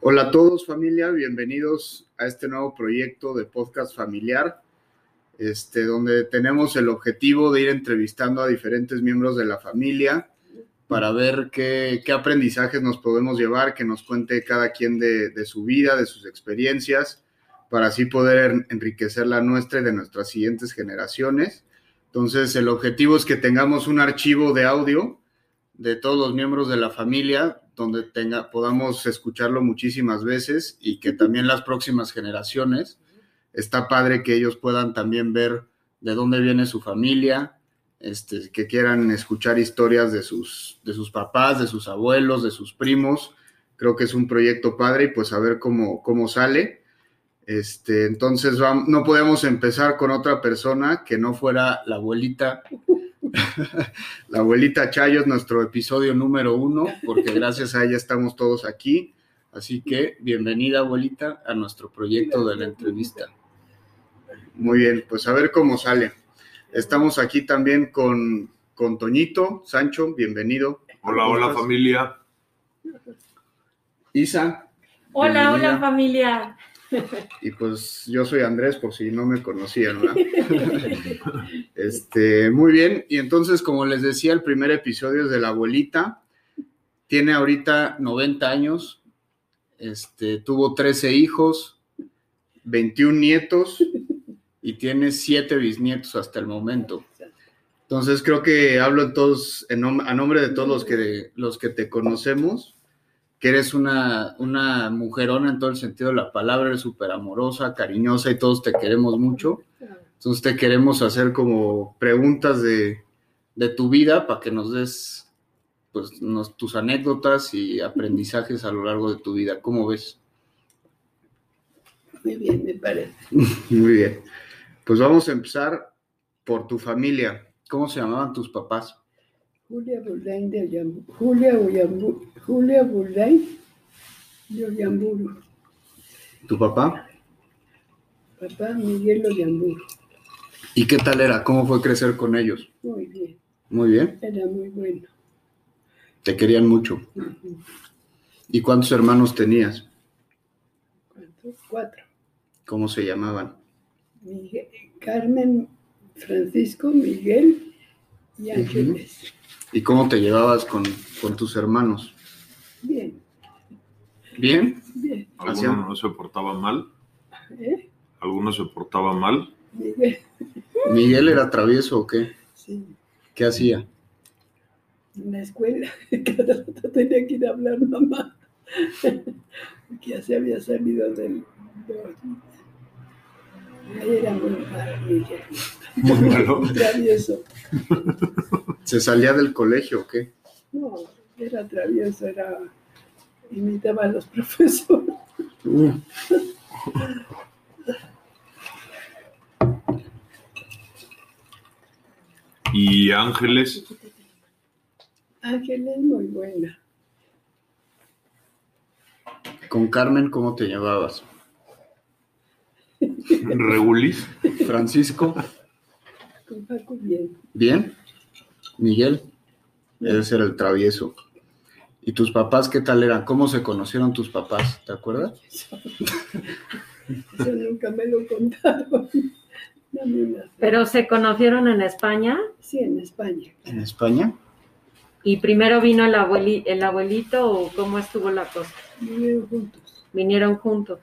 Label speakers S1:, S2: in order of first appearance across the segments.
S1: Hola a todos familia, bienvenidos a este nuevo proyecto de podcast familiar, este, donde tenemos el objetivo de ir entrevistando a diferentes miembros de la familia para ver qué, qué aprendizajes nos podemos llevar, que nos cuente cada quien de, de su vida, de sus experiencias, para así poder en- enriquecer la nuestra y de nuestras siguientes generaciones. Entonces, el objetivo es que tengamos un archivo de audio de todos los miembros de la familia, donde tenga, podamos escucharlo muchísimas veces y que también las próximas generaciones, está padre que ellos puedan también ver de dónde viene su familia, este, que quieran escuchar historias de sus, de sus papás, de sus abuelos, de sus primos. Creo que es un proyecto padre y pues a ver cómo, cómo sale. Este, entonces vam- no podemos empezar con otra persona que no fuera la abuelita. la abuelita Chayo es nuestro episodio número uno, porque gracias a ella estamos todos aquí. Así que bienvenida, abuelita, a nuestro proyecto de la entrevista. Muy bien, pues a ver cómo sale. Estamos aquí también con, con Toñito, Sancho, bienvenido.
S2: Hola, hola familia.
S1: Isa,
S3: Hola,
S1: Bienvenida.
S3: hola familia.
S1: Y pues yo soy Andrés, por si no me conocían, ¿verdad? este, muy bien. Y entonces, como les decía, el primer episodio es de la abuelita. Tiene ahorita 90 años. Este, tuvo 13 hijos, 21 nietos y tiene 7 bisnietos hasta el momento. Entonces creo que hablo en todos, en nom- a nombre de todos los que, los que te conocemos, que eres una, una mujerona en todo el sentido de la palabra, eres súper amorosa, cariñosa y todos te queremos mucho. Entonces te queremos hacer como preguntas de, de tu vida para que nos des pues, nos- tus anécdotas y aprendizajes a lo largo de tu vida. ¿Cómo ves?
S4: Muy bien, me parece.
S1: Muy bien. Pues vamos a empezar por tu familia. ¿Cómo se llamaban tus papás?
S4: Julia Burlain de Oyamburu. Julia, Oyambu- Julia Burlain de Oyamburu.
S1: ¿Tu papá?
S4: Papá Miguel Oyamburu.
S1: ¿Y qué tal era? ¿Cómo fue crecer con ellos?
S4: Muy bien,
S1: Muy bien.
S4: era muy bueno.
S1: Te querían mucho.
S4: Ujú.
S1: ¿Y cuántos hermanos tenías?
S4: ¿Cuántos? Cuatro.
S1: ¿Cómo se llamaban?
S4: Miguel- Carmen, Francisco, Miguel y
S1: Ujú.
S4: Ángeles.
S1: ¿Y cómo te llevabas con, con tus hermanos?
S4: Bien,
S1: ¿Bien?
S4: bien.
S2: ¿Alguno no se portaba mal?
S4: ¿eh?
S2: ¿Alguno se portaba mal?
S4: Miguel,
S1: ¿Miguel era travieso o qué?
S4: sí.
S1: ¿Qué hacía?
S4: En la escuela, cada rato tenía que ir a hablar mamá, porque ya se había salido del dorm. Ahí era muy malo, Miguel.
S2: Muy malo.
S4: Muy travieso.
S1: ¿Se salía del colegio o qué?
S4: No, era travieso, era... imitaba a los profesores.
S1: Uh,
S2: ¿Y Ángeles?
S4: Ángel es muy buena.
S1: ¿Con Carmen cómo te llevabas?
S2: ¿Regulis?
S1: ¿Francisco?
S4: Con Paco bien.
S1: ¿Bien? ¿Miguel? Ese era el travieso. ¿Y tus papás qué tal eran? ¿Cómo se conocieron tus papás? ¿Te acuerdas?
S4: Eso, eso nunca me lo contaron. Dame una.
S3: Pero se conocieron en España
S4: Sí, en España.
S1: ¿En España?
S3: y primero vino el, abueli- el abuelito o cómo estuvo la cosa.
S4: Vivieron juntos,
S3: Vinieron juntos.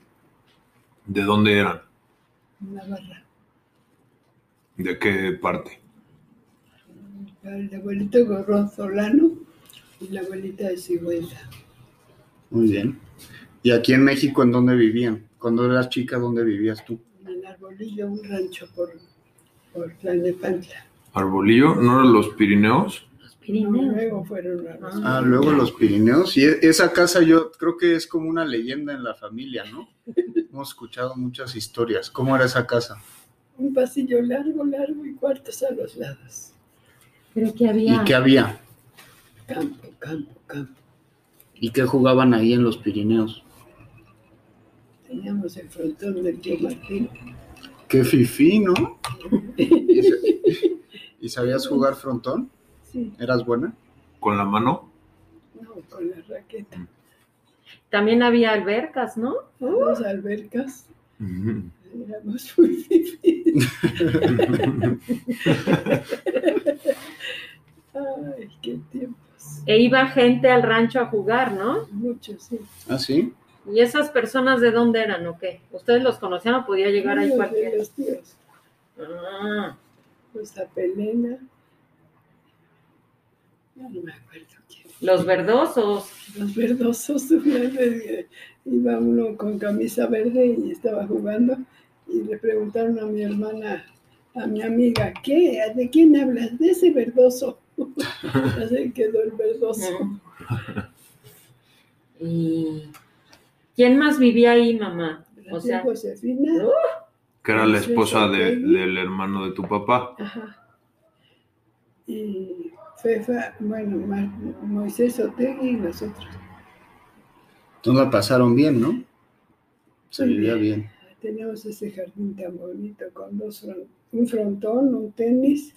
S2: ¿De dónde eran?
S4: en Navarra.
S2: ¿De qué parte?
S4: El abuelito Gorrón Solano y la abuelita de Sigüenza.
S1: Muy bien. ¿Y aquí en México en dónde vivían? Cuando eras chica, ¿dónde vivías tú?
S4: En el arbolillo, un rancho por, por Tlalnepantla.
S2: ¿Arbolillo? ¿No eran los Pirineos?
S3: Pues Pirineos.
S4: Luego fueron a los-
S1: Ah, luego los Pirineos. Y e- esa casa yo creo que es como una leyenda en la familia, ¿no? Hemos escuchado muchas historias. ¿Cómo era esa casa?
S4: Un pasillo largo, largo y cuartos a los lados.
S3: Pero que había
S1: ¿Y qué había?
S4: Campo, campo, campo.
S1: ¿Y qué jugaban ahí en los Pirineos?
S4: Teníamos el frontón del tío Martín.
S1: Qué fifí, ¿no? ¿Y sa- ¿Y sabías jugar frontón?
S4: Sí,
S1: ¿Eras buena?
S2: ¿Con la mano?
S4: no, con la raqueta.
S3: También había albercas, ¿no?
S4: Las albercas.
S2: Ujú.
S4: Éramos muy difíciles. Ay, qué tiempos.
S3: E iba gente al rancho a jugar, ¿no?
S4: Muchos, sí.
S1: ¿Ah, sí?
S3: ¿Y esas personas de dónde eran o qué? ¿Ustedes los conocían o podía llegar ahí
S4: Muchos de
S3: cualquiera?
S4: los tíos.
S3: Ah,
S4: Pues a Pelena. Ya no me acuerdo quién.
S3: los verdosos.
S4: Los verdosos subían de- Iba uno con camisa verde y estaba jugando. Y le preguntaron a mi hermana, a mi amiga, ¿qué? ¿De quién hablas? De ese verdoso. Así quedó el verdoso.
S3: ¿no? ¿Y quién más vivía ahí, mamá?
S4: La
S3: O
S4: tía
S3: sea,
S4: Josefina.
S3: ¿no?
S2: Que era la
S4: Sí,
S2: esposa
S4: sí,
S2: de-
S4: sí.
S2: del hermano de tu papá.
S4: Ajá. Y Fefa, bueno, Mar- Moisés Otegui y nosotros.
S1: Entonces la pasaron bien, ¿no? Se
S4: Muy
S1: vivía bien.
S4: Teníamos ese jardín tan bonito con dos fron- un frontón, un tenis,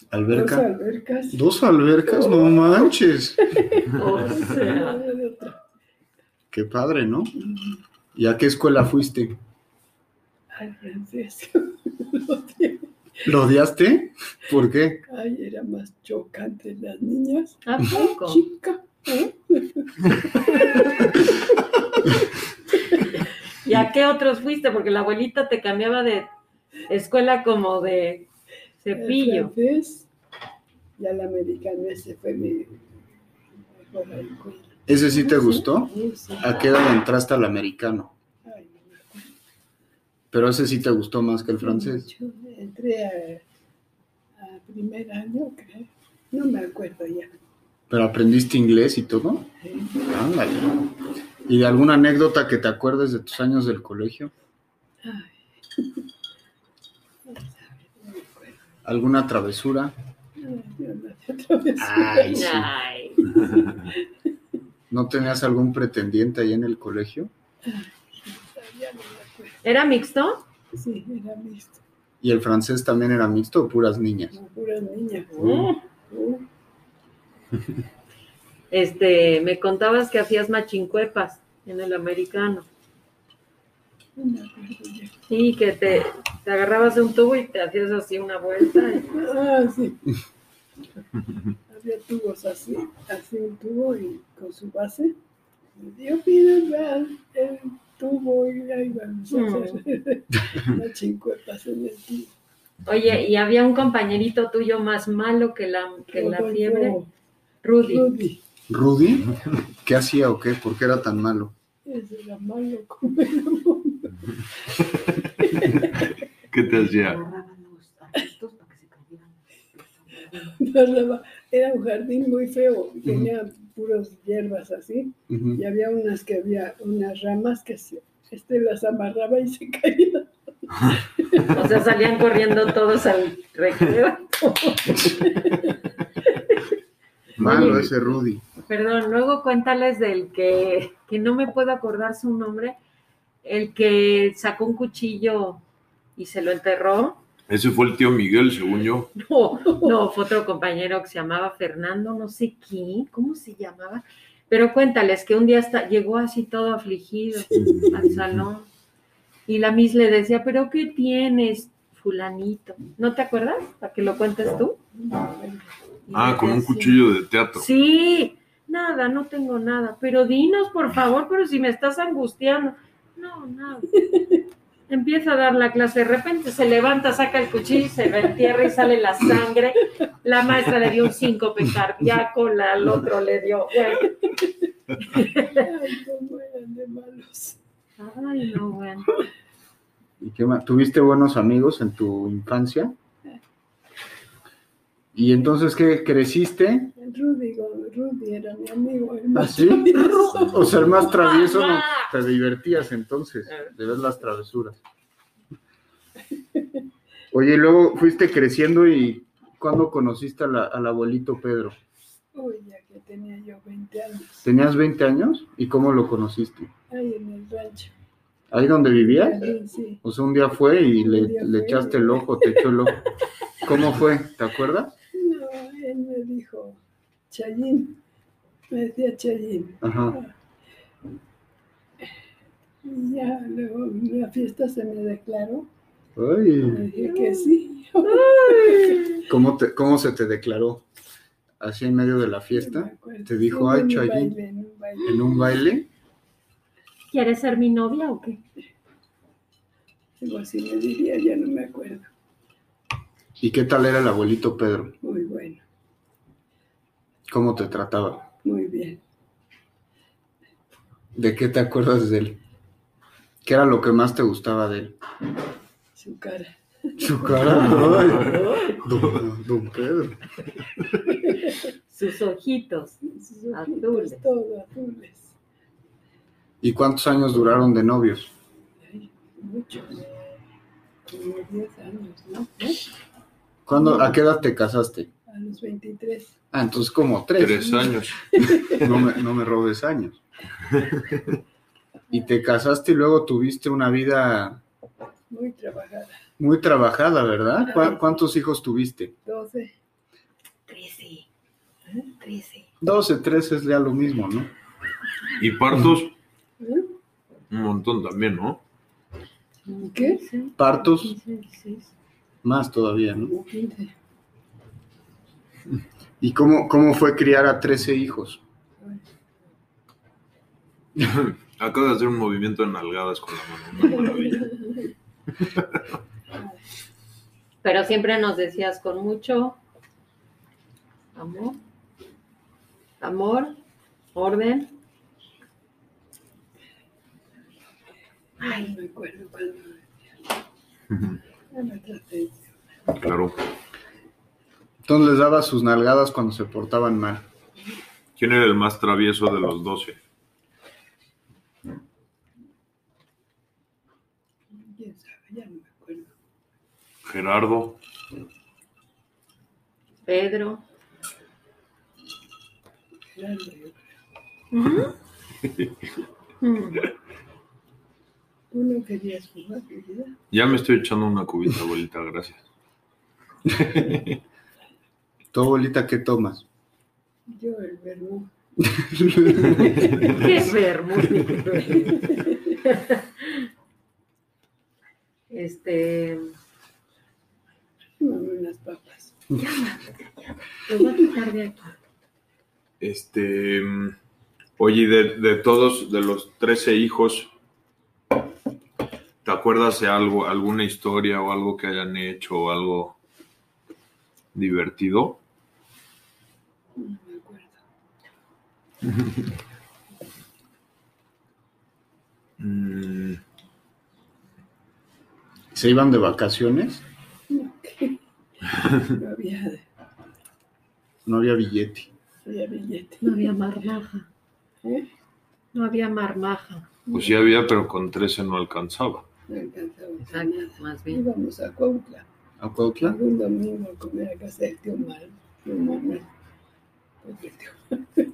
S4: dos
S1: ¿Alberca?
S4: albercas.
S1: ¿Dos albercas? No manches.
S3: O sea,
S4: Una de otra.
S1: Qué padre, ¿no? ¿Y a qué escuela fuiste?
S4: Ay, Francisco. lo tengo.
S1: ¿Lo odiaste? ¿Por qué?
S4: Ay, era más chocante las niñas.
S3: ¿A poco?
S4: Chica. ¿eh?
S3: ¿Y a qué otros fuiste? Porque la abuelita te cambiaba de escuela como de
S4: El
S3: cepillo.
S4: francés y al americano ese fue mi mejor recuerdo.
S1: ¿Ese sí te
S4: Sí.
S1: gustó?
S4: Sí, sí.
S1: ¿A qué edad entraste al americano?
S4: Ay, no me acuerdo.
S1: Pero ese sí te gustó más que el francés.
S4: Yo entré a, a primer año, creo. No me acuerdo ya.
S1: ¿Pero aprendiste inglés y todo? Ándale. ¿Y de alguna anécdota que te acuerdes de tus años del colegio?
S4: Ay. No sabe, no me acuerdo.
S1: ¿Alguna travesura?
S4: Ay, yo no sé otra vez.
S1: Ay, sí.
S3: Ay,
S1: ¿No tenías algún pretendiente ahí en el colegio?
S4: Ya no me acuerdo.
S3: ¿Era mixto?
S4: Sí, era mixto.
S1: ¿Y el francés también era mixto o puras niñas?
S4: Como puras niñas.
S1: Mm.
S4: Uh,
S3: Este, me contabas que hacías machincuepas en el americano.
S4: no me acuerdo ya.
S3: Sí, que te, te agarrabas de un tubo y te hacías así una vuelta.
S4: Ah, sí. Había tubos así, así un tubo y con su base. Y Yo pido el, el tubo y ahí vamos a hacer
S3: Mm.
S4: las chincuetas en el tubo.
S3: Oye, y había un compañerito tuyo más malo que la, que la
S4: Rodolfo
S3: fiebre, Rudy.
S4: Rudy.
S1: ¿Rudy? ¿Qué hacía o qué? ¿Por qué era tan malo?
S4: Ese era malo como era bueno.
S2: ¿Qué te hacía?
S3: Agarraban los arbustos para que se cayeran.
S4: Narraba- Era un jardín muy feo, tenía puras hierbas así,
S1: Ujú.
S4: y había unas que había unas ramas que se, este las amarraba y se caían.
S3: O sea, salían corriendo todos al recreo.
S1: Malo ese Rudy.
S3: Perdón, luego cuéntales del que, que no me puedo acordar su nombre, el que sacó un cuchillo y se lo enterró.
S2: Ese fue el tío Miguel, según yo.
S3: No, no, fue otro compañero que se llamaba Fernando, no sé quién, ¿cómo se llamaba? Pero cuéntales que un día hasta llegó así todo afligido al salón y la Miss le decía, pero ¿qué tienes, fulanito? ¿No te acuerdas? Para que lo cuentes tú. Y
S2: Ah,
S3: le
S2: con un
S3: decía,
S2: cuchillo de teatro.
S3: Sí, nada, no tengo nada. Pero dinos, por favor, pero si me estás angustiando. No, nada. Empieza a dar la clase, de repente se levanta, saca el cuchillo, y se va en tierra y sale la sangre. La maestra le dio un síncope cardíaco, la, al otro le dio. Bueno.
S4: Ay, cómo eran de malos.
S3: Ay, no, bueno.
S1: ¿Y qué más? ¿Tuviste buenos amigos en tu infancia? ¿Y entonces qué? ¿Creciste?
S4: Rudy, Go- Rudy era mi amigo, el
S1: ¿Ah,
S4: más
S1: sí?
S4: travieso.
S1: O sea, el más travieso no. Te divertías entonces
S4: Ah.
S1: de ver las travesuras. Oye, y luego fuiste creciendo y ¿cuándo conociste a la- al abuelito Pedro?
S4: Uy, ya que tenía yo 20 años,
S1: ¿Tenías 20 años? ¿Y cómo lo conociste?
S4: ahí en el rancho.
S1: ¿Ahí donde vivías?
S4: Jardín, sí.
S1: O sea, un día fue y le,
S4: Un día
S1: le
S4: fue.
S1: echaste el ojo, te echó el ojo. ¿Cómo fue? ¿Te acuerdas?
S4: No, él me dijo, Chayín, me decía Chayín.
S1: Ajá.
S4: Y ya luego en la fiesta se me declaró. Le
S1: Ay,
S4: dije que sí.
S1: ¿cómo, te- ¿Cómo se te declaró? ¿Así en medio de la fiesta? Te dijo, "Ay,
S4: hecho
S1: Chayin".
S4: En un baile.
S1: ¿En un baile?
S3: ¿Quieres ser mi novia o qué?
S4: Algo así me diría, ya no me acuerdo.
S1: ¿Y qué tal era el abuelito Pedro?
S4: Muy bueno,
S1: ¿Cómo te trataba?
S4: muy bien.
S1: ¿De qué te acuerdas de él? ¿Qué era lo que más te gustaba de él?
S4: Su cara.
S1: Su cara, ay, don, don Pedro.
S3: Sus ojitos.
S4: Sus ojitos,
S3: Azules.
S4: Pues Todo azules.
S1: ¿Y cuántos años duraron de novios?
S4: Ay, muchos. Como 10 años, ¿no? ¿Eh?
S1: ¿Cuándo, ¿A qué edad te casaste?
S4: A los 23.
S1: Ah, entonces como tres.
S2: Tres años.
S1: No me, no me robes años. Y te casaste y luego tuviste una vida
S4: Muy trabajada.
S1: muy trabajada, ¿verdad? ¿Cuá- ¿Cuántos hijos tuviste?
S4: 12.
S3: Trece. Trece.
S1: 12, 13 es ya lo mismo, ¿no?
S2: Y partos,
S4: ¿eh?
S2: un montón también, ¿no?
S4: ¿Qué?
S1: Partos,
S3: Quince, dieciséis.
S1: más todavía, ¿no?
S4: Como 15.
S1: ¿Y cómo, cómo fue criar a 13 hijos?
S2: Acabo de hacer un movimiento de nalgadas con la mano, una maravilla.
S3: Pero siempre nos decías con mucho amor, amor, orden.
S4: Ay, me acuerdo cuando ya me traté.
S2: Claro.
S1: Entonces les daba sus nalgadas cuando se portaban mal.
S2: ¿Quién era el más travieso de los doce?
S4: ¿Quién sabe? Ya no me acuerdo.
S2: Gerardo,
S3: Pedro.
S4: Era de-
S3: Mm.
S4: ¿Tú no querías jugar, mi vida?
S2: ya me estoy echando una cubita, abuelita, gracias.
S1: ¿Tu abuelita qué tomas?
S4: Yo, el verbo.
S3: Qué verbo. Este,
S4: Mamá, unas papas.
S3: lo voy a quitar de aquí.
S2: Este, mm, oye, de, de todos, de los 13 hijos, ¿te acuerdas de algo, alguna historia o algo que hayan hecho o algo divertido?
S4: No me acuerdo.
S2: Mm,
S1: ¿Se iban de vacaciones?
S4: No, que- no había,
S1: No había billete.
S4: había billete.
S3: No había marmaja.
S4: ¿eh?
S3: No había marmaja.
S2: pues sí había, pero con 13 no alcanzaba.
S4: No alcanzaba para
S3: Exacto,
S4: nada.
S3: más bien.
S4: Íbamos a Cuautla.
S1: ¿A Cuautla?
S4: Algún domingo a comer a casa del tío Mal. Tío Manuel. Porque el tío Manuel-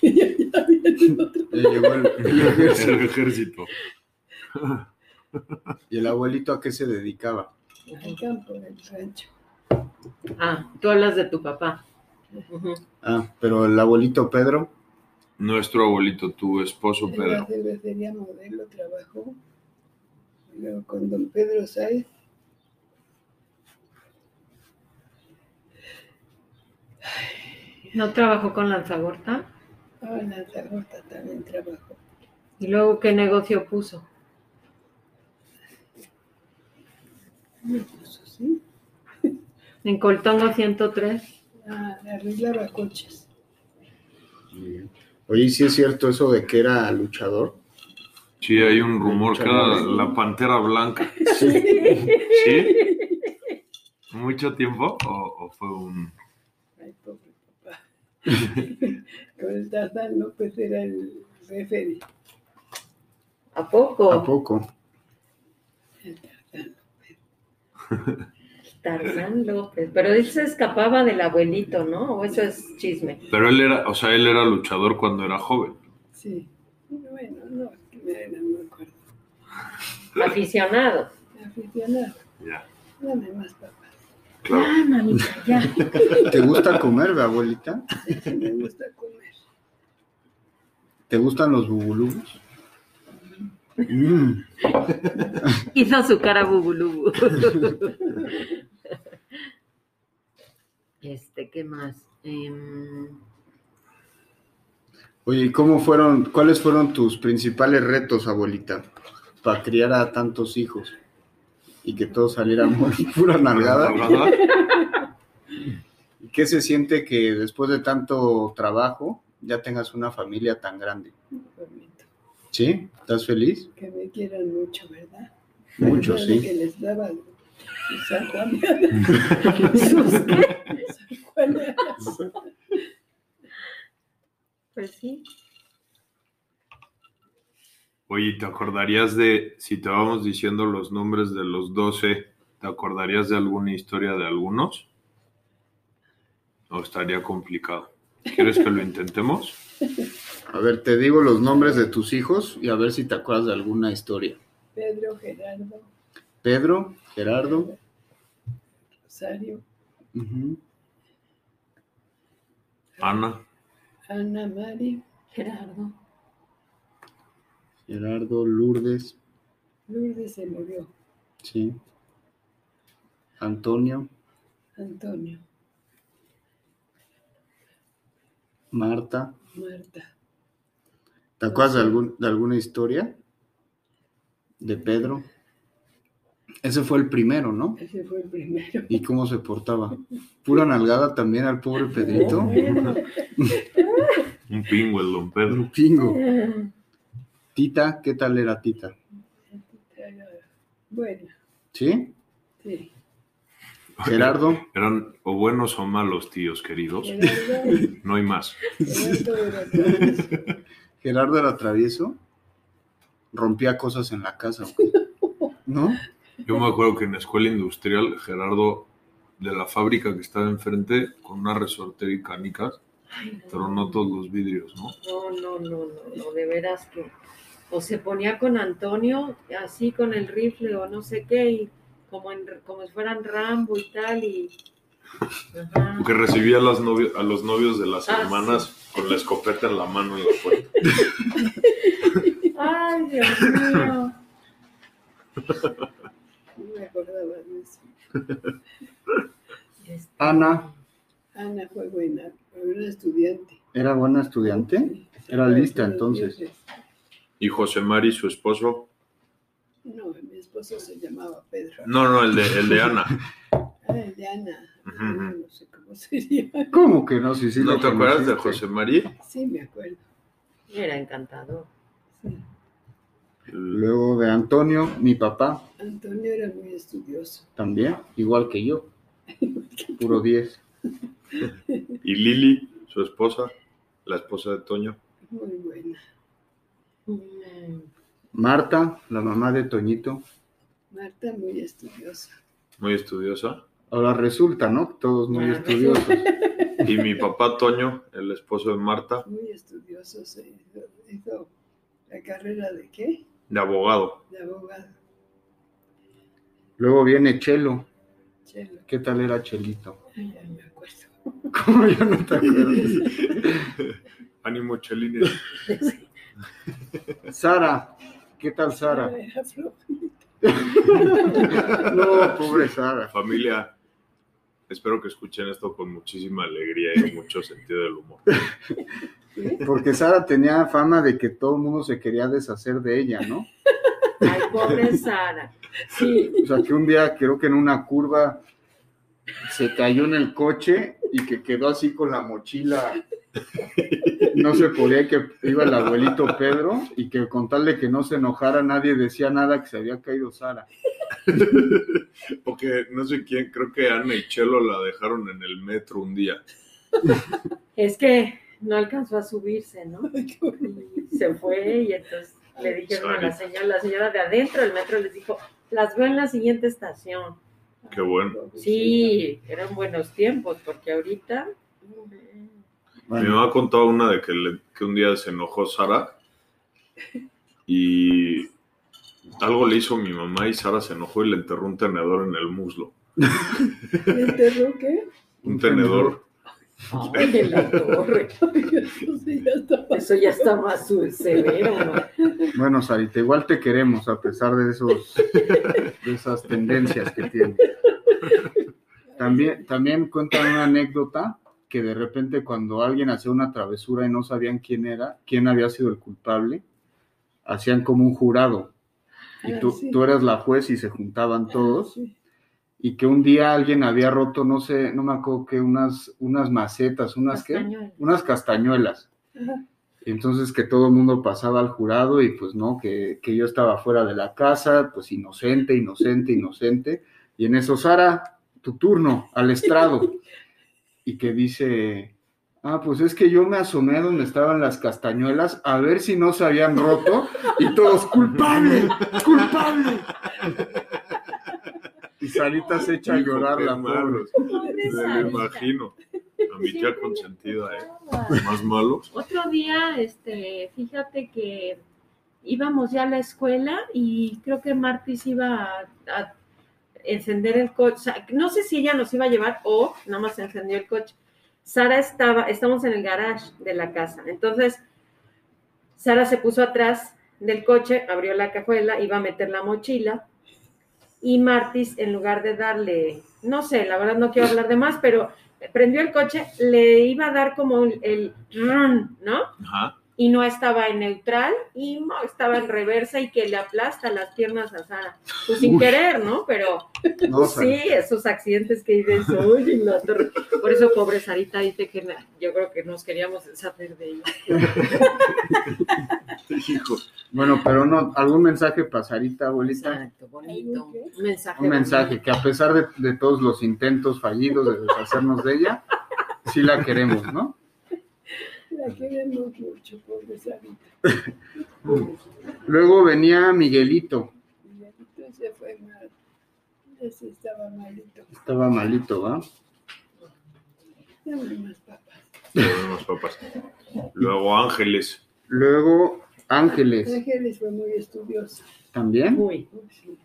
S4: ya, ya había ido otro.
S1: Ya llegó el- el ejército.
S2: El ejército.
S1: ¿Y el abuelito a qué se dedicaba?
S4: Al campo, al rancho.
S3: Ah, tú hablas de tu papá. Ujú.
S1: Ah, pero el abuelito Pedro,
S2: Nuestro abuelito, tu esposo
S4: En
S2: Pedro.
S4: la cervecería modelo trabajó. Luego con don Pedro Sáez.
S3: No trabajó con Lanzagorta.
S4: Ah, en Lanzagorta también trabajó.
S3: ¿Y luego qué negocio puso?
S4: Me puso, sí.
S3: En Coltongo 103.
S4: Ah, arreglaba coches.
S1: oye, ¿sí es cierto eso de que era luchador?
S2: Sí, hay un rumor que era la pantera blanca. ¿Sí? ¿Mucho tiempo o, o fue un...?
S4: Ay, pobre papá. Con el Tarzán López era el referee.
S3: ¿A poco?
S1: ¿A poco?
S4: El Tarzán.
S3: Tarzán López. Pero él se escapaba del abuelito, ¿no? O eso es chisme.
S2: Pero él era, o sea, él era luchador cuando era joven.
S4: Sí. Bueno, no, es que me- no me acuerdo.
S3: Aficionado.
S4: Aficionado.
S2: Ya,
S4: Dame más papá.
S2: claro.
S3: Ah, mamita, ya.
S1: ¿Te gusta comer, abuelita?
S4: Es que me gusta comer.
S1: ¿Te gustan los bubulubus? Mm.
S3: Hizo su cara bubulubu. este, ¿qué más? Em,
S1: Oye, ¿y cómo fueron, cuáles fueron tus principales retos, abuelita, para criar a tantos hijos y que todos salieran muy pura nalgada? ¿Y ¿Qué se siente que después de tanto trabajo ya tengas una familia tan grande?
S4: bonito.
S1: ¿Sí? ¿Estás feliz?
S4: Que me quieran mucho, ¿verdad?
S1: Mucho,
S4: Recuerden
S1: sí.
S4: Que les daba sus aguamiadas. ¿Sus qué? Sus aguamiadas.
S3: pues sí.
S2: Oye, ¿te acordarías de, si te vamos diciendo los nombres de los 12, ¿te acordarías de alguna historia de algunos? ¿O estaría complicado? ¿Quieres que lo intentemos?
S1: A ver, te digo los nombres de tus hijos y a ver si te acuerdas de alguna historia.
S4: Pedro, Gerardo,
S1: Pedro, Gerardo,
S4: Rosario,
S1: ujú,
S2: Ana,
S4: Ana, Mari,
S3: Gerardo.
S1: Gerardo, Lourdes,
S4: Lourdes se murió,
S1: sí. Antonio,
S4: Antonio,
S1: Marta.
S4: Marta,
S1: ¿Te acuerdas de, algún- de alguna historia de Pedro? Ese fue el primero, ¿no?
S4: ese fue el primero.
S1: ¿Y cómo se portaba? Pura nalgada también al pobre Pedrito.
S2: un pingüe, el don Pedro.
S1: Un pingo. Tita, ¿qué tal era Tita?
S4: Bueno,
S1: ¿Sí?
S4: sí.
S1: Gerardo,
S2: Eran o buenos o malos tíos, queridos.
S4: Gerardo,
S2: No hay más.
S4: Gerardo era travieso.
S1: Gerardo era travieso. Rompía cosas en la casa. ¿o qué? ¿No?
S2: Yo me acuerdo que en la escuela industrial, Gerardo, de la fábrica que estaba enfrente, con una resortera y canicas,
S3: Ay,
S2: tronó todos los vidrios, ¿no?
S3: No, no, no, no, no, de veras que. O se ponía con Antonio, así con el rifle o no sé qué, y como, en, como si fueran Rambo y tal, y. Ajá.
S2: Que recibía a, las novio- a los novios de las
S3: Ah,
S2: hermanas con la escopeta en la mano en la puerta.
S3: Ay, Dios mío.
S4: No me acordaba de eso.
S3: Este,
S1: Ana,
S4: Ana fue buena, fue una estudiante.
S1: ¿era buena estudiante? Era lista entonces.
S2: Y José Mari, su esposo.
S4: No, mi esposo se llamaba Pedro.
S2: No, no, el de, el de Ana.
S4: Ah, el de Ana.
S2: Ujú,
S4: No,
S2: ujú.
S4: sé cómo sería.
S1: ¿Cómo que no? Si sí
S2: ¿No
S1: lo
S2: te acuerdas de
S1: conociste.
S2: José Mari?
S4: Sí, me acuerdo.
S3: Era encantador.
S4: Sí.
S2: El-
S1: Luego de Antonio, mi papá.
S4: Antonio era muy estudioso.
S1: También, igual que yo. Puro 10.
S2: Y Lili, su esposa, la esposa de Toño.
S4: Muy buena.
S3: Mm,
S1: Marta, la mamá de Toñito.
S4: Marta, muy estudiosa.
S2: Muy estudiosa.
S1: Ahora resulta, ¿no? Todos muy
S3: Ah.
S1: estudiosos.
S2: Y mi papá Toño, el esposo de Marta,
S4: Muy estudioso. Se hizo, hizo la carrera de qué?
S2: de abogado.
S4: De abogado.
S1: Luego viene Chelo.
S4: Chelo.
S1: ¿Qué tal era Chelito?
S4: Ay, ya me acuerdo.
S1: ¿Cómo ya no te acuerdas?
S2: Ánimo, Chelines.
S1: Sara. ¿Qué tal Sara?
S4: Ah, Era floja.
S1: No, pobre Sara.
S2: Familia, espero que escuchen esto con muchísima alegría y mucho sentido del humor.
S4: ¿Sí?
S1: Porque Sara tenía fama de que todo el mundo se quería deshacer de ella, ¿no?
S3: Ay, pobre Sara. Sí,
S1: O sea, que un día creo que en una curva se cayó en el coche y que quedó así con la mochila. No se podía que iba el abuelito Pedro y que con tal de que no se enojara nadie decía nada que se había caído Sara.
S2: Porque no sé quién, creo que Ana y Chelo la dejaron en el metro un día.
S3: es que no alcanzó a subirse, ¿no?
S4: Ay, qué horror.
S3: Y se fue y entonces le dijeron a la señora, la señora de adentro del metro les dijo, las veo en la siguiente estación.
S2: Qué bueno.
S3: Pues Sí, eran buenos tiempos, porque ahorita.
S2: Mi
S1: Bueno,
S2: mamá contaba una de que, le- que un día se enojó Sara y algo le hizo mi mamá y Sara se enojó y le enterró un tenedor en el muslo.
S4: ¿Le enterró qué?
S2: Un tenedor.
S4: Ah.
S5: Ay, de la torre.
S4: Entonces ya estaba.
S5: Eso ya está más su- severo, ¿no?
S1: Bueno, Sarita, igual te queremos a pesar de, esos, de esas tendencias que tienes. También, también cuenta una anécdota que de repente cuando alguien hacía una travesura y no sabían quién era, quién había sido el culpable, hacían como un jurado. Y
S4: Ah,
S1: tú,
S4: sí.
S1: tú eras la juez y se juntaban todos.
S4: Sí.
S1: Y que un día alguien había roto, no sé, no me acuerdo qué, unas, unas macetas, unas qué,
S3: Castañuela.
S1: unas castañuelas.
S4: Ajá.
S1: Entonces que todo el mundo pasaba al jurado y pues no, que, que yo estaba fuera de la casa, pues inocente, inocente, inocente. Y en eso, Sara, tu turno al estrado. Y que dice, ah, pues es que yo me asomé donde estaban las castañuelas a ver si no se habían roto y todos, culpable, culpable. Y Sarita se echa a
S2: Hijo,
S1: llorar
S2: qué
S1: la pobre.
S2: malos. Me lo imagino. A mi tía consentida, ¿eh? Más malos.
S3: Otro día, este, fíjate que íbamos ya a la escuela y creo que Martis iba a, a encender el coche. O sea, no sé si ella nos iba a llevar o nada más encendió el coche. Sara estaba, estamos en el garage de la casa. Entonces, Sara se puso atrás del coche, abrió la cajuela, iba a meter la mochila y Martis, en lugar de darle, no sé, la verdad no quiero hablar de más, pero prendió el coche, le iba a dar como el, el run, ¿no?
S2: Ajá.
S3: y no estaba en neutral y no, estaba en reversa y que le aplasta las piernas a Sara. Pues sin
S1: Uy.
S3: querer, ¿no? Pero
S1: No,
S3: pues,
S1: Sara.
S3: sí, esos accidentes que dices, oye, la torre". Por eso, pobre Sarita, dice que na- yo creo que nos queríamos deshacer de ella.
S2: Hijo.
S1: Bueno, pero no, algún mensaje para Sarita, abuelita.
S5: Exacto, bonito.
S3: Un mensaje.
S1: un mensaje que a pesar de, de todos los intentos fallidos de deshacernos de ella, sí la queremos, ¿no?
S4: La queremos mucho, pobre Sabita.
S1: Luego venía Miguelito,
S4: Y entonces fue mal. Ese estaba malito.
S1: estaba malito, ¿va?
S4: Dame más papas.
S2: Tenemos papas. Luego Ángeles.
S1: Luego Ángeles
S4: Ángeles fue muy estudioso.
S1: también,
S5: Muy.
S4: Sí.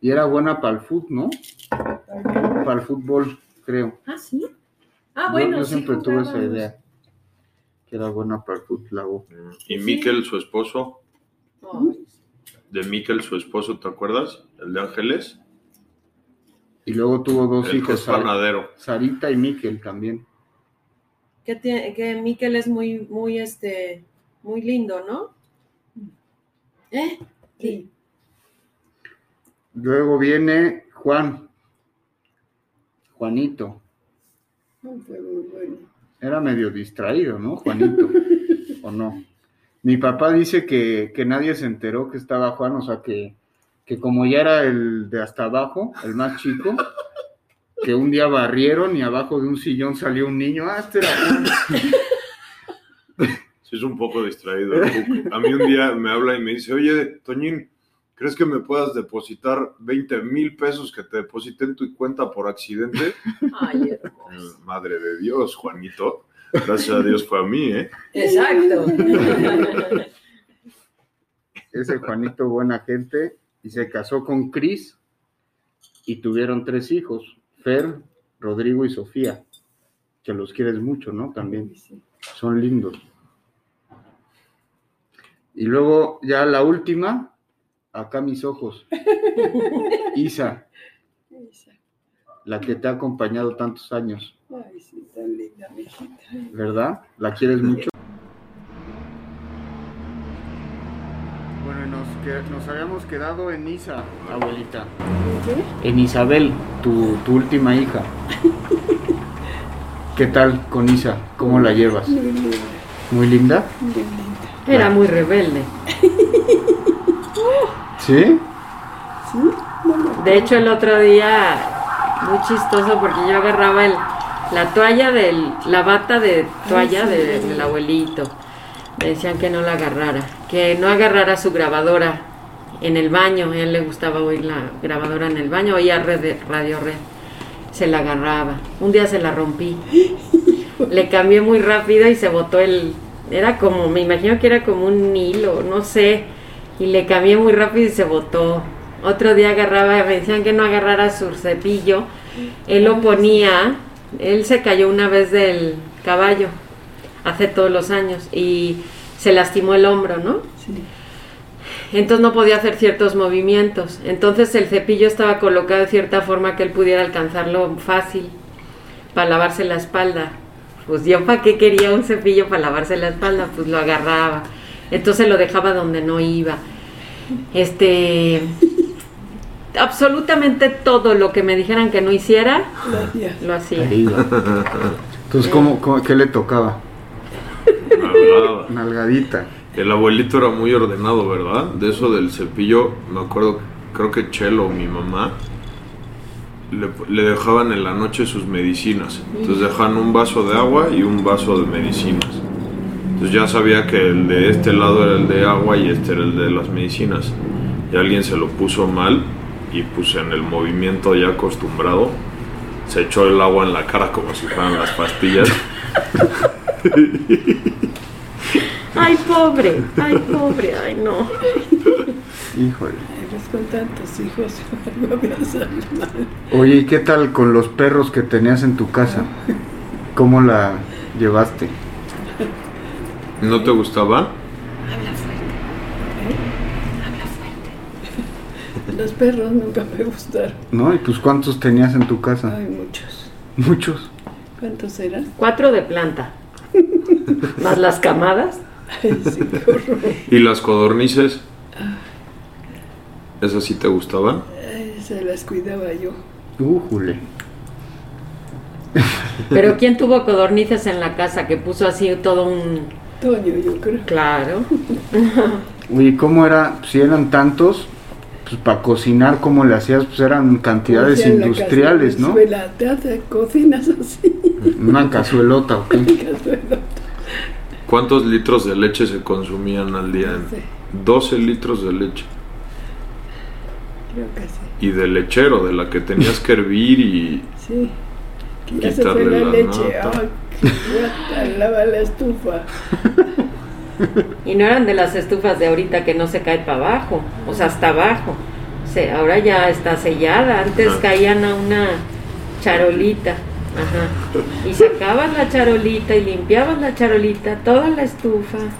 S1: y era buena para el fútbol, ¿no?
S4: Para
S1: Para el fútbol, creo.
S3: Ah, sí. Ah,
S1: Yo-
S3: bueno,
S1: yo,
S3: sí
S1: siempre tuve esa
S3: jugábamos.
S1: idea, que era buena para el fútbol. la voz.
S2: Y
S3: Sí.
S2: Miquel, su esposo.
S3: Ay,
S2: De Miquel, su esposo, ¿te acuerdas? El de Ángeles.
S1: Y luego tuvo dos
S2: El que
S1: hijos,
S2: es
S1: Sar-
S2: panadero.
S1: Sarita y Miquel también.
S3: que, tiene- que Miquel es muy, muy, este, muy lindo, ¿no? ¿Eh?
S4: Sí.
S1: Luego viene Juan, Juanito.
S4: Fue muy bueno.
S1: Era medio distraído, ¿no, Juanito? ¿O no? Mi papá dice que, que nadie se enteró que estaba Juan, o sea, que, que como ya era el de hasta abajo, el más chico, que un día barrieron y abajo de un sillón salió un niño. Ah, este era Juan.
S2: Sí, es un poco distraído. el Cuco. A mí un día me habla y me dice, oye, Toñín, ¿crees que me puedas depositar 20 mil pesos que te deposité en tu cuenta por accidente? Eh,
S5: Ay, hermoso.
S2: Madre de Dios, Juanito. Gracias a Dios fue a mí, ¿eh?
S5: Exacto.
S1: Ese Juanito, buena gente, y se casó con Cris y tuvieron tres hijos, Fer, Rodrigo y Sofía, que los quieres mucho, ¿no? También.
S4: Sí.
S1: son lindos. Y luego ya la última, acá mis ojos. Isa,
S4: Esa.
S1: la que te ha acompañado tantos años,
S4: Ay, sí, tan linda, mi hijita.
S1: ¿verdad? La quieres mucho. Bueno, y nos, que- nos habíamos quedado en Isa, abuelita. En Isabel, tu, tu última hija. ¿Qué tal con Isa? ¿Cómo la llevas?
S4: Muy linda,
S1: ¿Muy linda?
S4: muy linda.
S3: Era muy rebelde.
S1: ¿Sí?
S4: Sí, bueno,
S3: De hecho, el otro día, muy chistoso, porque yo agarraba el, la toalla del, la bata de toalla
S4: Ay, sí.
S3: de- del abuelito. Me decían que no la agarrara, que no agarrara su grabadora en el baño. A él le gustaba oír la grabadora en el baño, oía red de- Radio Red. Se la agarraba. Un día se la rompí. Le cambié muy rápido y se botó el. Era como, me imagino que era como un hilo, no sé. Y le cambié muy rápido y se botó. Otro día agarraba, me decían que no agarrara su cepillo. Él lo ponía Él se cayó una vez del caballo, hace todos los años, y se lastimó el hombro, ¿no?
S4: Sí.
S3: Entonces no podía hacer ciertos movimientos. Entonces el cepillo estaba colocado de cierta forma que él pudiera alcanzarlo fácil para lavarse la espalda. Pues yo para qué quería un cepillo para lavarse la espalda, pues lo agarraba. Entonces lo dejaba donde no iba. Este absolutamente todo lo que me dijeran que no hiciera,
S4: Lo hacía.
S3: lo hacía.
S1: Ahí va. Entonces, ¿cómo, cómo- qué le tocaba?
S2: Nalgada.
S1: Nalgadita.
S2: El abuelito era muy ordenado, ¿verdad? De eso del cepillo, me acuerdo, creo que Chelo, mi mamá, le, le dejaban en la noche sus medicinas. Entonces dejaban un vaso de agua y un vaso de medicinas. Entonces ya sabía que el de este lado era el de agua y este era el de las medicinas. Y alguien se lo puso mal y pues en el movimiento ya acostumbrado se echó el agua en la cara como si fueran las pastillas.
S3: Ay, pobre, ay, pobre, ay, no.
S1: Híjole.
S4: Ay, pues con tantos hijos, algo había salido mal.
S1: Oye, ¿y qué tal con los perros que tenías en tu casa? ¿Cómo la llevaste?
S2: ¿No te gustaba?
S4: Los perros nunca me gustaron.
S1: ¿No? ¿Y pues cuántos tenías en tu casa?
S4: Ay, muchos.
S1: Muchos.
S4: ¿Cuántos eran?
S3: Cuatro de planta. Más las camadas.
S4: Ay, sí, qué horror.
S2: ¿Y las codornices? ¿Esas sí te gustaban?
S4: Ay, se las cuidaba yo.
S1: Újule.
S3: Pero ¿quién tuvo codornices en la casa que puso así todo un...
S4: Toño, yo creo.
S3: Claro.
S1: Oye, ¿cómo era? Pues, Si eran tantos, pues para cocinar, ¿cómo le hacías? Pues eran cantidades
S4: Hacían la
S1: industriales, ¿no?
S4: cazuela, Te hace cocinas así,
S1: Una cazuelota, ¿ok?
S4: cazuela.
S2: ¿Cuántos litros de leche se consumían al día?
S4: Sí.
S2: 12 litros de leche.
S4: Creo que sí.
S2: Y de lechero, de la que tenías que hervir y...
S4: Sí. Que ya se
S2: Quitarle
S4: fue la,
S2: la
S4: leche.
S2: nata.
S4: Ay, qué guata, lava la estufa.
S3: Y no eran de las estufas de ahorita que no se cae para abajo, o sea, hasta abajo. Se, ahora ya está sellada, antes
S2: Ajá.
S3: caían a una charolita. Ajá. Y sacabas la charolita y limpiabas la charolita, toda la estufa.
S4: Ay,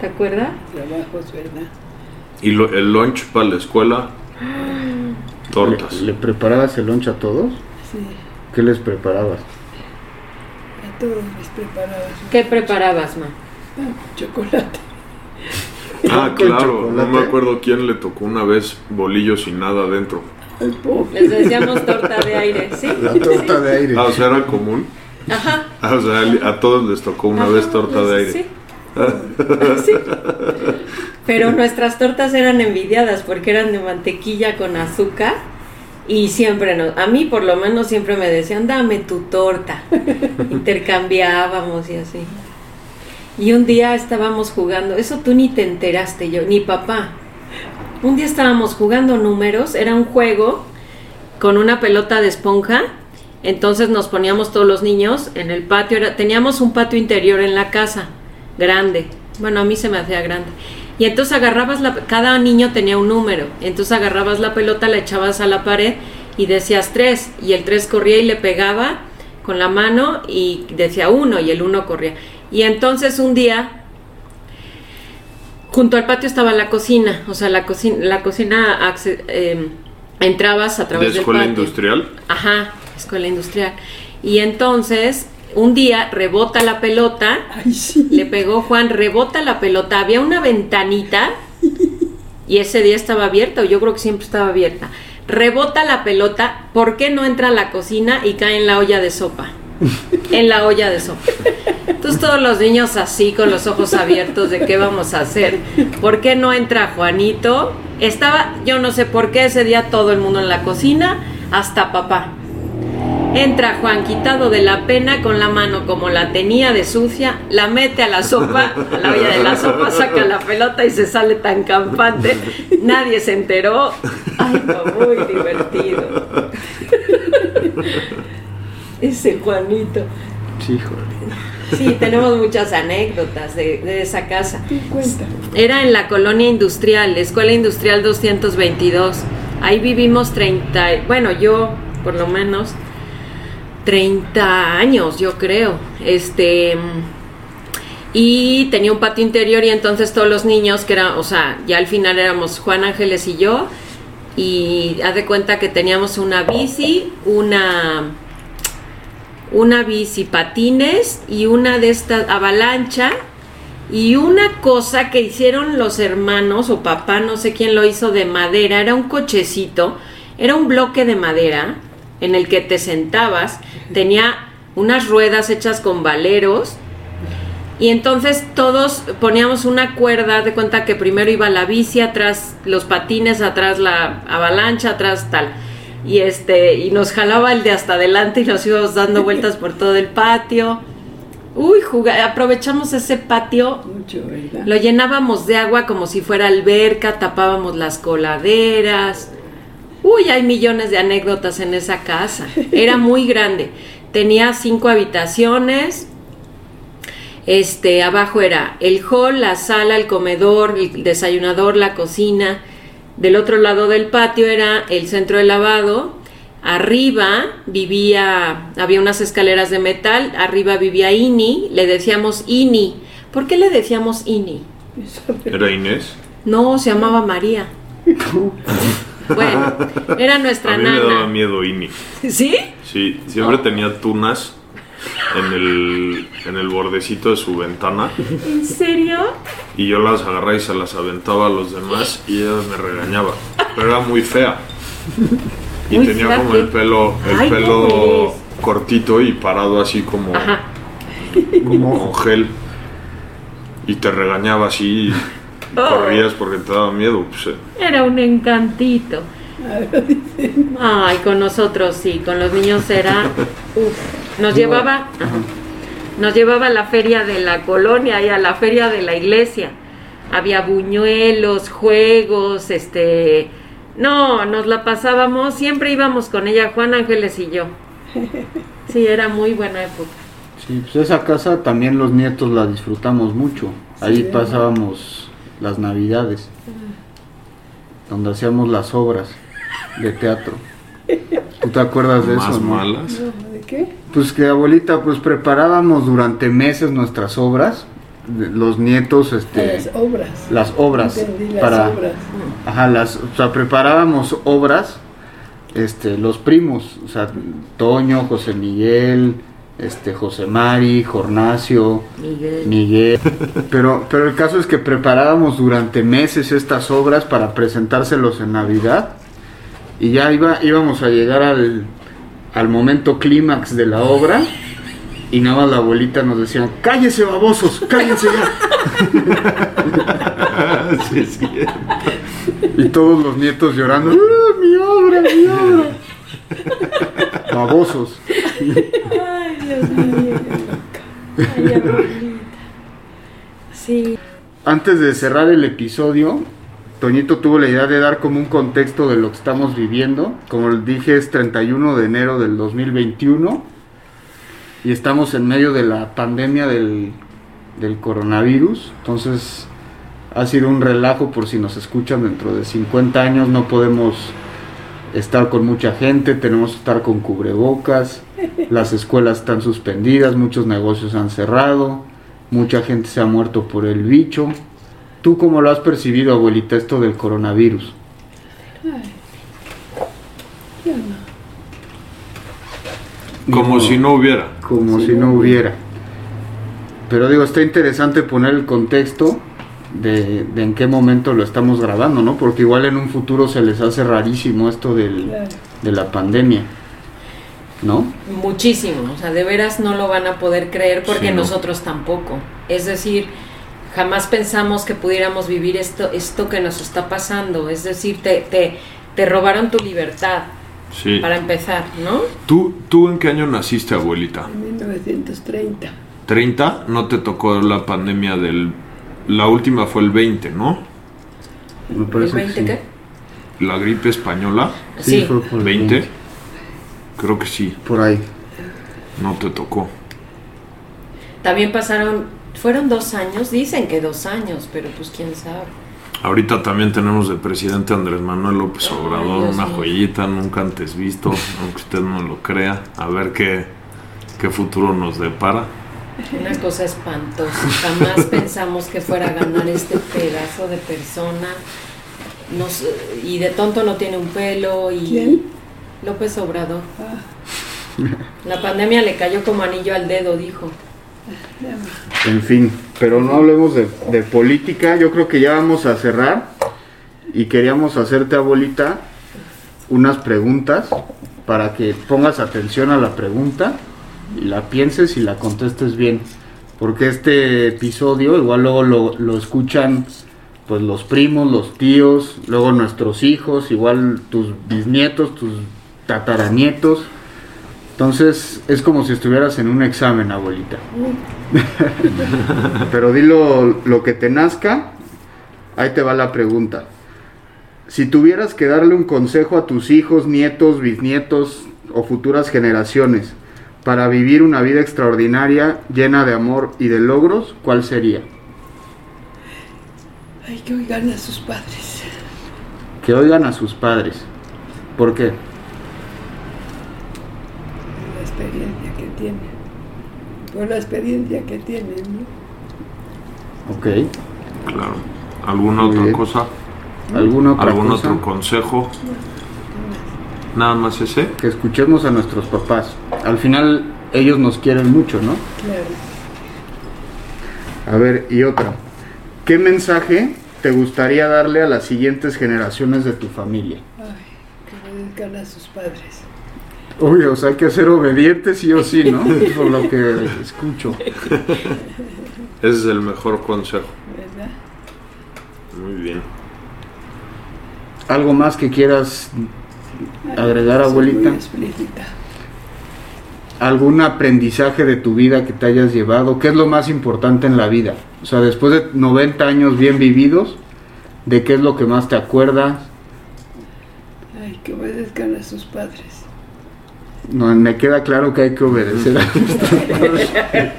S3: ¿Te acuerdas?
S4: trabajos, ¿verdad?
S2: Y lo- el lunch para la escuela. Tortas.
S1: ¿Le, le preparabas el lunch a todos?
S4: Sí.
S1: ¿Qué les preparabas?
S4: A todos les preparaba su
S3: ¿Qué preparabas, ma?
S4: pan, chocolate.
S2: Ah,
S1: Con
S2: claro. No me
S1: chocolate.
S2: acuerdo quién le tocó una vez bolillos sin nada adentro.
S4: Al pobre.
S3: Les decíamos torta de aire, ¿sí?
S1: La torta de aire.
S2: Ah, o sea, era común.
S3: Ajá.
S2: Ah, o sea, a todos les tocó una
S3: Ajá,
S2: vez torta de aire.
S3: Sí. Sí. Pero nuestras tortas eran envidiadas porque eran de mantequilla con azúcar y siempre nos, a mí por lo menos siempre me decían, dame tu torta. Intercambiábamos y así. Y un día estábamos jugando, eso tú ni te enteraste yo, ni papá. Un día estábamos jugando números, era un juego con una pelota de esponja. Entonces nos poníamos todos los niños en el patio. Era- teníamos un patio interior en la casa, grande. Bueno, a mí se me hacía grande. Y entonces agarrabas la... Cada niño tenía un número. Entonces agarrabas la pelota, la echabas a la pared y decías tres. Y el tres corría y le pegaba con la mano y decía uno y el uno corría. Y entonces un día junto al patio estaba la cocina, o sea, la cocina, la cocina acce- em, entrabas a
S2: De
S3: través del
S2: escuela
S3: patio.
S2: industrial.
S3: Ajá, escuela industrial. Y entonces, un día rebota la pelota,
S4: Ay, sí.
S3: le pegó Juan, rebota la pelota, había una ventanita y ese día estaba abierta, o yo creo que siempre estaba abierta. Rebota la pelota, ¿por qué no entra a la cocina y cae en la olla de sopa? En la olla de sopa. Entonces todos los niños así con los ojos abiertos de qué vamos a hacer. ¿Por qué no entra Juanito? Estaba, yo no sé por qué ese día todo el mundo en la cocina, hasta papá. Entra Juan quitado de la pena con la mano como la tenía de sucia, la mete a la sopa, a la olla de la sopa, saca la pelota y se sale tan campante. Nadie se enteró. Ay, fue muy divertido. Ese Juanito.
S1: Sí, híjole.
S3: Sí, tenemos muchas anécdotas de, de esa casa.
S4: Tú cuenta.
S3: Era en la colonia industrial, Escuela Industrial 222. Ahí vivimos 30, y- bueno, yo por lo menos, 30 años, yo creo. Este y tenía un patio interior y entonces todos los niños que eran, o sea, ya al final éramos Juan Ángeles y yo y haz de cuenta que teníamos una bici, una una bici patines y una de estas avalancha y una cosa que hicieron los hermanos o papá, no sé quién lo hizo de madera, era un cochecito, era un bloque de madera en el que te sentabas, tenía unas ruedas hechas con valeros y entonces todos poníamos una cuerda, haz de cuenta que primero iba la bici, atrás los patines, atrás la avalancha, atrás tal. Y este, y nos jalaba el de hasta adelante y nos íbamos dando vueltas por todo el patio. Uy, juga- aprovechamos ese patio,
S4: Mucho, ¿verdad?
S3: lo llenábamos de agua como si fuera alberca, tapábamos las coladeras. Uy, hay millones de anécdotas en esa casa. Era muy grande. Tenía cinco habitaciones. Este, abajo era el hall, la sala, el comedor, el desayunador, la cocina. Del otro lado del patio era el centro de lavado. Arriba vivía, había unas escaleras de metal. Arriba vivía Ini. Le decíamos Ini. ¿Por qué le decíamos Ini?
S2: ¿Era Inés?
S3: No, se llamaba María. Bueno, era nuestra
S2: A mí me daba
S3: nana.
S2: miedo Ini.
S3: ¿Sí?
S2: Sí,
S3: Oh.
S2: siempre tenía tunas en el, en el bordecito de su ventana
S3: ¿En serio?
S2: y yo las agarraba y se las aventaba a los demás y ella me regañaba. Pero era muy fea. Y
S3: Muy
S2: tenía
S3: fea,
S2: como
S3: ¿qué?
S2: el pelo, el
S3: Ay, ¿cómo
S2: pelo
S3: eres?
S2: cortito y parado así como,
S3: Ajá.
S2: como con gel. Y te regañaba así y
S3: Oh.
S2: corrías porque te daba miedo. Pues, eh,
S3: Era un encantito. Ah, Ay, con nosotros sí, con los niños era. uf. Nos llevaba, ajá, nos llevaba a la feria de la colonia y a la feria de la iglesia. Había buñuelos, juegos, este. No, nos la pasábamos, siempre íbamos con ella, Juan Ángeles y yo. Sí, era muy buena época.
S1: Sí, pues esa casa también los nietos la disfrutamos mucho. Ahí
S4: Sí.
S1: pasábamos las navidades, donde hacíamos las obras de teatro. ¿Tú te acuerdas de
S2: más
S1: eso? no?
S2: malas.
S4: ¿De qué?
S1: Pues que abuelita, pues preparábamos durante meses nuestras obras, de- los nietos, este,
S4: Las obras.
S1: las obras
S4: Entendí, las
S1: para,
S4: obras.
S1: Ajá, las, o sea, preparábamos obras, este, los primos, o sea, Toño, José Miguel, este, José Mari, Jornacio,
S3: Miguel.
S1: Miguel. Pero, pero el caso es que preparábamos durante meses estas obras para presentárselos en Navidad y ya iba, íbamos a llegar al, al momento clímax de la obra y nada más la abuelita nos decía, cállense babosos, cállense ya.
S2: Sí, sí.
S1: Y todos los nietos llorando, "Ah, mi obra, mi obra. Babosos.
S3: Ay, Dios mío. Ay, abuelita. Sí.
S1: Antes de cerrar el episodio, Toñito tuvo la idea de dar como un contexto de lo que estamos viviendo. Como les dije, es 31 de enero del 2021 y estamos en medio de la pandemia del, del coronavirus. Entonces, ha sido un relajo por si nos escuchan dentro de 50 años. No podemos estar con mucha gente, tenemos que estar con cubrebocas. Las escuelas están suspendidas, muchos negocios han cerrado, mucha gente se ha muerto por el bicho. ¿Tú cómo lo has percibido, abuelita, esto del coronavirus?
S4: Ay, ya no.
S2: Como
S1: Digo,
S2: si no hubiera.
S1: como
S4: Sí,
S1: si no
S4: no.
S1: hubiera. Pero digo, está interesante poner el contexto de, de en qué momento lo estamos grabando, ¿no? Porque igual en un futuro se les hace rarísimo esto del,
S4: Claro.
S1: de la pandemia, ¿no?
S3: Muchísimo, o sea, de veras no lo van a poder creer porque
S2: Sí, no.
S3: nosotros tampoco. Es decir, jamás pensamos que pudiéramos vivir esto, esto que nos está pasando. Es decir, te, te, te robaron tu libertad,
S2: Sí.
S3: para empezar, ¿no?
S2: ¿Tú, ¿Tú en qué año naciste, abuelita?
S4: En 1930.
S2: ¿30? No te tocó la pandemia del... La última fue el 20, ¿no?
S1: Me
S3: ¿El
S1: parece que
S3: 20
S1: sí.
S3: qué?
S2: La gripe española.
S1: Sí,
S3: Sí,
S1: fue por el
S2: 20. Creo que sí,
S1: Por ahí.
S2: no te tocó.
S3: también pasaron, fueron dos años, dicen que dos años, pero pues quién sabe.
S2: Ahorita también tenemos de presidente Andrés Manuel López
S3: Ay,
S2: Obrador,
S3: Dios
S2: una
S3: mío.
S2: joyita nunca antes visto, aunque usted no lo crea. A ver qué, qué futuro nos depara.
S3: Una cosa espantosa. Jamás pensamos que fuera a ganar este pedazo de persona. Nos- y de tonto no tiene un pelo. Y
S4: ¿Quién?
S3: López Obrador.
S4: Ah,
S3: La pandemia le cayó como anillo al dedo, dijo.
S4: ya me-
S1: En fin, pero no hablemos de, de política, yo creo que ya vamos a cerrar y queríamos hacerte, abuelita, unas preguntas para que pongas atención a la pregunta y la pienses y la contestes bien. Porque este episodio igual luego lo, lo escuchan pues los primos, los tíos, luego nuestros hijos, igual tus bisnietos, tus tataranietos. Entonces es como si estuvieras en un examen, abuelita. Pero dilo lo que te nazca. Ahí te va la pregunta. Si tuvieras que darle un consejo a tus hijos, nietos, bisnietos o futuras generaciones para vivir una vida extraordinaria, llena de amor y de logros, ¿cuál sería?
S4: Ay, que oigan a sus padres.
S1: Que oigan a sus padres. ¿Por qué?
S4: por la experiencia que tienen. Por la experiencia que tienen, ¿no?
S1: Ok.
S2: Claro. ¿Alguna
S1: Muy
S2: otra
S1: bien.
S2: cosa?
S1: ¿Alguna otra
S2: ¿Algún
S1: cosa?
S2: otro consejo? Nada más ese.
S1: Que escuchemos a nuestros papás. Al final ellos nos quieren mucho, ¿no?
S4: Claro.
S1: A ver, y otra. ¿Qué mensaje te gustaría darle a las siguientes generaciones de tu familia?
S4: Ay, que oigan a sus padres.
S1: Obvio, o sea, hay que ser obediente sí o sí, ¿no? Por lo que escucho.
S2: Ese es el mejor consejo.
S4: ¿Verdad?
S2: Muy bien.
S1: ¿Algo más que quieras?
S4: Ay,
S1: Agregar,
S4: soy
S1: abuelita.
S4: Muy explícita.
S1: ¿Algún aprendizaje de tu vida que te hayas llevado? ¿Qué es lo más importante en la vida? O sea, después de 90 años bien vividos, ¿de qué es lo que más te acuerdas?
S4: Ay, que obedezcan a sus padres.
S1: No, me queda claro que hay que obedecer.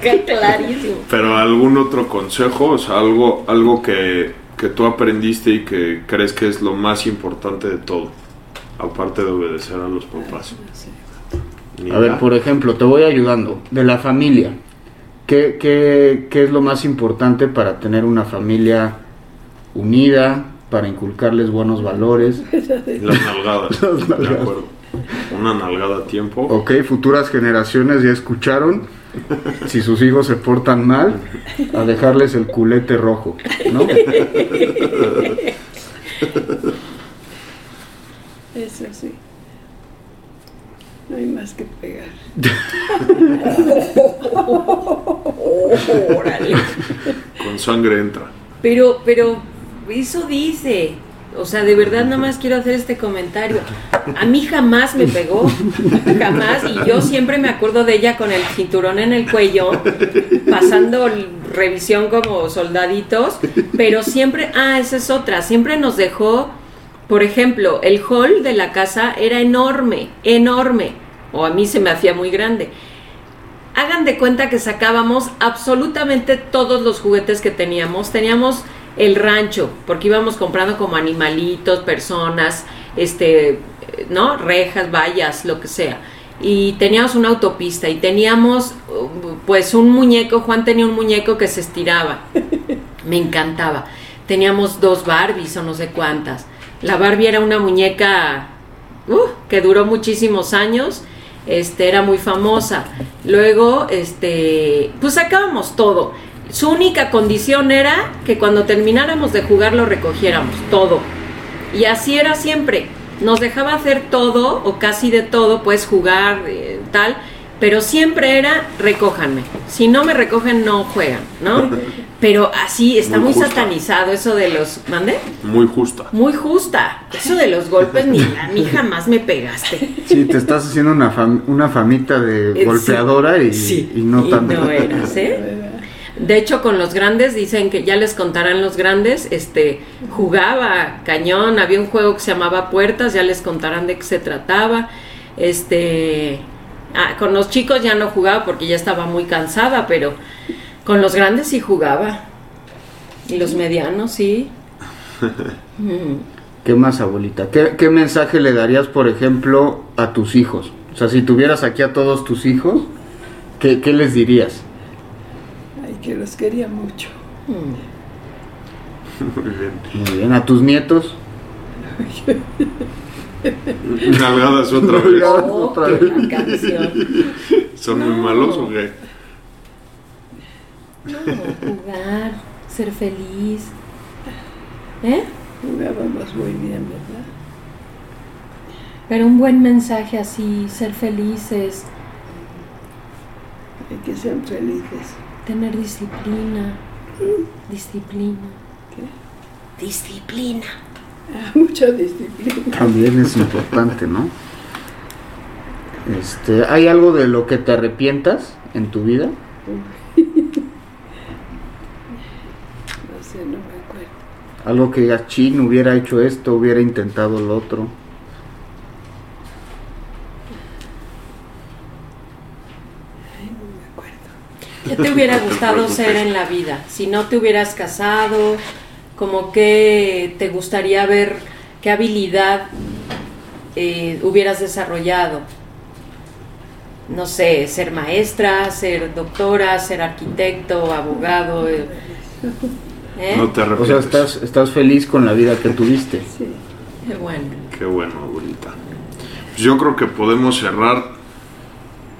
S3: Qué clarísimo.
S2: Pero algún otro consejo, o sea, algo, algo que, que tú aprendiste y que crees que es lo más importante de todo, aparte de obedecer a los papás.
S4: No sé.
S2: Ni
S1: A ver,
S2: idea.
S1: por ejemplo, te voy ayudando. De la familia, ¿qué, qué, qué es lo más importante para tener una familia unida, para inculcarles buenos valores?
S2: Las nalgadas.
S1: Las nalgadas.
S2: De acuerdo. Una nalgada a tiempo.
S1: Ok, futuras generaciones ya escucharon. Si sus hijos se portan mal, a dejarles el culete rojo, ¿no?
S4: Eso sí. No hay más que pegar. Oh,
S3: Órale.
S2: Con sangre entra.
S3: Pero, pero, eso dice. O sea, de verdad nada más quiero hacer este comentario. A mí jamás me pegó, jamás, y yo siempre me acuerdo de ella con el cinturón en el cuello, pasando l- revisión como soldaditos, pero siempre, ah, esa es otra, siempre nos dejó, por ejemplo, el hall de la casa era enorme, enorme, o a mí se me hacía muy grande. Hagan de cuenta que sacábamos absolutamente todos los juguetes que teníamos. Teníamos el rancho, porque íbamos comprando como animalitos, personas, este, eh, ¿no? Rejas, vallas, lo que sea. Y teníamos una autopista y teníamos uh, pues un muñeco, Juan tenía un muñeco que se estiraba. Me encantaba. Teníamos dos Barbies o no sé cuántas. La Barbie era una muñeca uh, que duró muchísimos años. Este, era muy famosa. Luego, este, pues sacábamos todo. Su única condición era que cuando termináramos de jugar lo recogiéramos todo. Y así era siempre. Nos dejaba hacer todo o casi de todo, pues jugar, eh, tal, pero siempre era recójanme. Si no me recogen, no juegan, ¿no? Pero así está
S2: Muy
S3: muy,
S2: justa.
S3: satanizado eso de los. ¿Mandé?
S2: Muy justa.
S3: Muy justa. Eso de los golpes, ni a mí jamás me pegaste.
S1: Sí, te estás haciendo una, fam- una famita de
S3: Eh,
S1: golpeadora y,
S3: sí,
S1: y no tanto.
S3: no eras, ¿eh?
S4: ¿Verdad?
S3: De hecho, con los grandes dicen que ya les contarán los grandes, este, jugaba cañón, había un juego que se llamaba Puertas, ya les contarán de qué se trataba. Este, ah, con los chicos ya no jugaba porque ya estaba muy cansada, pero con los grandes sí jugaba. Y los medianos sí. Mm.
S1: ¿Qué más, abuelita? ¿Qué, qué mensaje le darías, por ejemplo, a tus hijos? O sea, si tuvieras aquí a todos tus hijos, ¿Qué, qué les dirías?
S4: Ay, que los quería mucho.
S1: Mm.
S2: Muy bien.
S1: Muy bien, a tus nietos.
S2: Nalgadas otra vez.
S3: Oh,
S1: Otra
S3: qué
S1: vez.
S3: gran canción.
S2: ¿Son muy malos o qué?
S3: No, jugar, ser feliz. ¿Eh?
S4: Jugábamos muy bien, ¿verdad?
S3: Pero un buen mensaje así, ser felices,
S4: Y que sean felices.
S3: tener disciplina. Disciplina. Disciplina.
S4: Ah, Mucha disciplina.
S1: También es importante, ¿no? Este, ¿Hay algo de lo que te arrepientas en tu vida?
S4: No sé, no me acuerdo.
S1: Algo que digas, chin, hubiera hecho esto, hubiera intentado lo otro.
S4: Ay, no me acuerdo.
S3: ¿Qué te hubiera gustado ser en la vida? Si no te hubieras casado, como que te gustaría ver qué habilidad eh, hubieras desarrollado. No sé, ser maestra, ser doctora, ser arquitecto, abogado. eh. ¿Eh?
S2: No te
S1: O sea,
S2: arrepientes.
S1: estás, estás feliz con la vida que tuviste.
S4: Sí.
S3: Qué Eh, bueno.
S2: Qué bueno, abuelita. Pues yo creo que podemos cerrar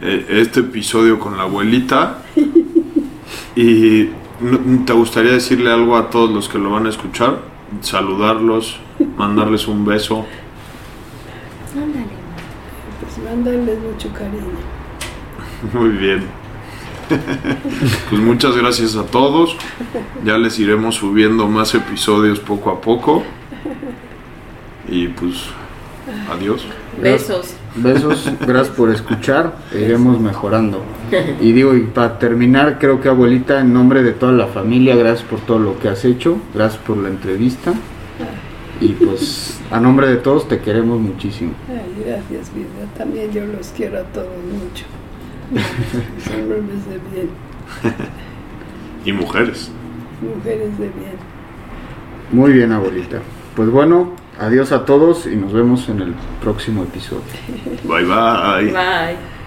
S2: eh, este episodio con la abuelita. Y ¿no- te gustaría decirle algo a todos los que lo van a escuchar, saludarlos, mandarles un beso.
S3: Ándale.
S4: Pues mandarles mucho cariño.
S2: Muy bien. Pues muchas gracias a todos. Ya les iremos subiendo más episodios poco a poco. Y pues adiós.
S3: Besos.
S1: Besos, gracias por escuchar, e iremos mejorando. Y digo, y para terminar, creo que abuelita, en nombre de toda la familia, gracias por todo lo que has hecho, gracias por la entrevista. Y pues, a nombre de todos, te queremos muchísimo.
S4: Ay, gracias, vida. También yo los quiero a todos mucho. Son hombres de bien,
S2: Y mujeres.
S4: mujeres de bien.
S1: Muy bien, abuelita. Pues bueno, adiós a todos y nos vemos en el próximo episodio.
S2: Bye bye.
S3: Bye.